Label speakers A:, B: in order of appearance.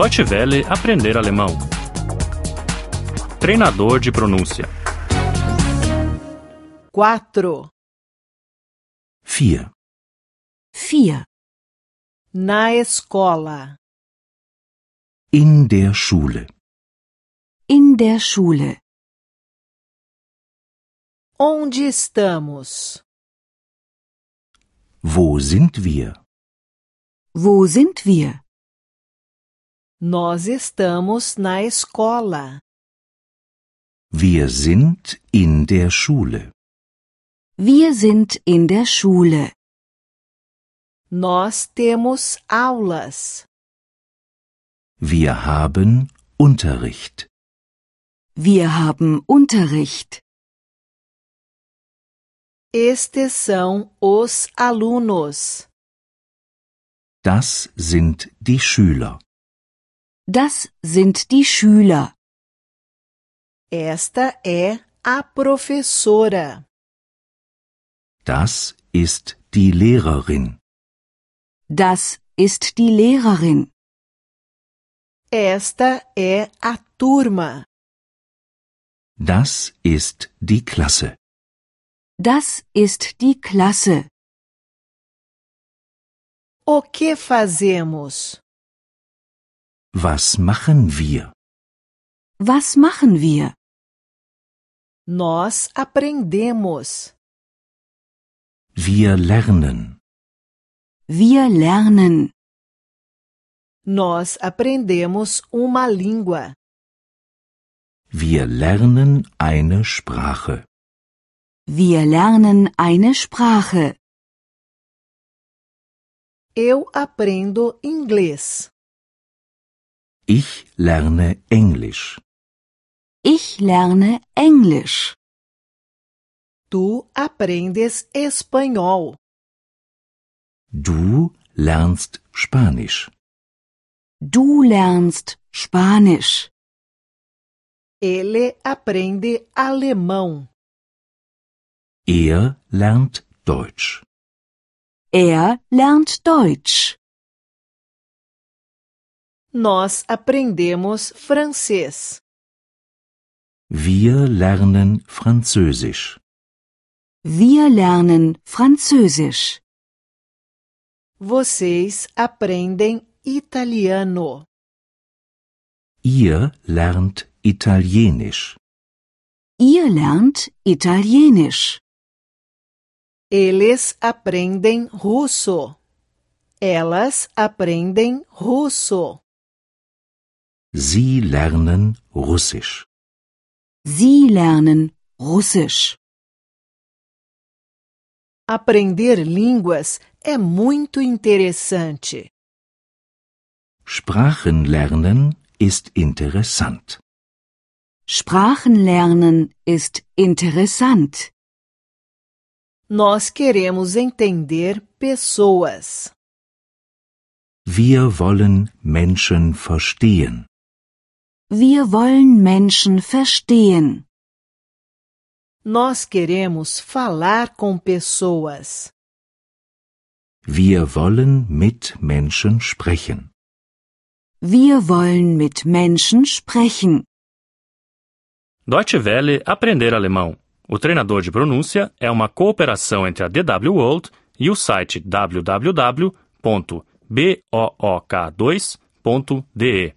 A: Deutsche Welle aprender alemão. Treinador de pronúncia.
B: 4.
C: 4.
D: 4.
B: Na escola.
C: In der Schule.
D: In der Schule.
B: Onde estamos?
C: Wo sind wir?
D: Wo sind wir?
B: Nós estamos na escola.
C: Wir sind in der Schule.
D: Wir sind in der Schule.
B: Nós temos aulas.
C: Wir haben Unterricht.
D: Wir haben Unterricht.
B: Estes são os alunos.
C: Das sind die Schüler.
D: Das sind die Schüler.
B: Esta é a professora.
C: Das ist die Lehrerin.
D: Das ist die Lehrerin.
B: Esta é a turma.
C: Das ist die Klasse.
D: Das ist die Klasse.
B: O que fazemos?
C: Was machen wir?
D: Was machen wir?
B: Nós aprendemos.
C: Wir lernen.
D: Wir lernen.
B: Nós aprendemos uma língua.
C: Wir lernen eine Sprache.
D: Wir lernen eine Sprache.
B: Eu aprendo inglês.
C: Ich lerne Englisch.
D: Ich lerne Englisch.
B: Tu aprendes espanhol.
C: Du lernst Spanisch.
D: Du lernst Spanisch.
B: Ele aprende alemão.
C: Er lernt Deutsch.
D: Er lernt Deutsch.
B: Nós aprendemos francês.
C: Wir lernen Französisch.
D: Wir lernen Französisch.
B: Vocês aprendem italiano.
C: Ihr lernt Italienisch.
D: Ihr lernt Italienisch.
B: Eles aprendem russo. Elas aprendem russo.
C: Sie lernen Russisch.
D: Sie lernen Russisch.
B: Aprender línguas é muito interessante.
C: Sprachen lernen ist interessant.
D: Sprachen lernen ist interessant.
B: Nós queremos entender pessoas.
C: Wir wollen Menschen verstehen.
D: Wir wollen Menschen verstehen.
B: Nós queremos falar com pessoas.
C: Wir wollen mit Menschen sprechen.
D: Wir wollen mit Menschen sprechen.
A: Deutsche Welle aprender alemão. O treinador de pronúncia é uma cooperação entre a DW World e o site www.book2.de.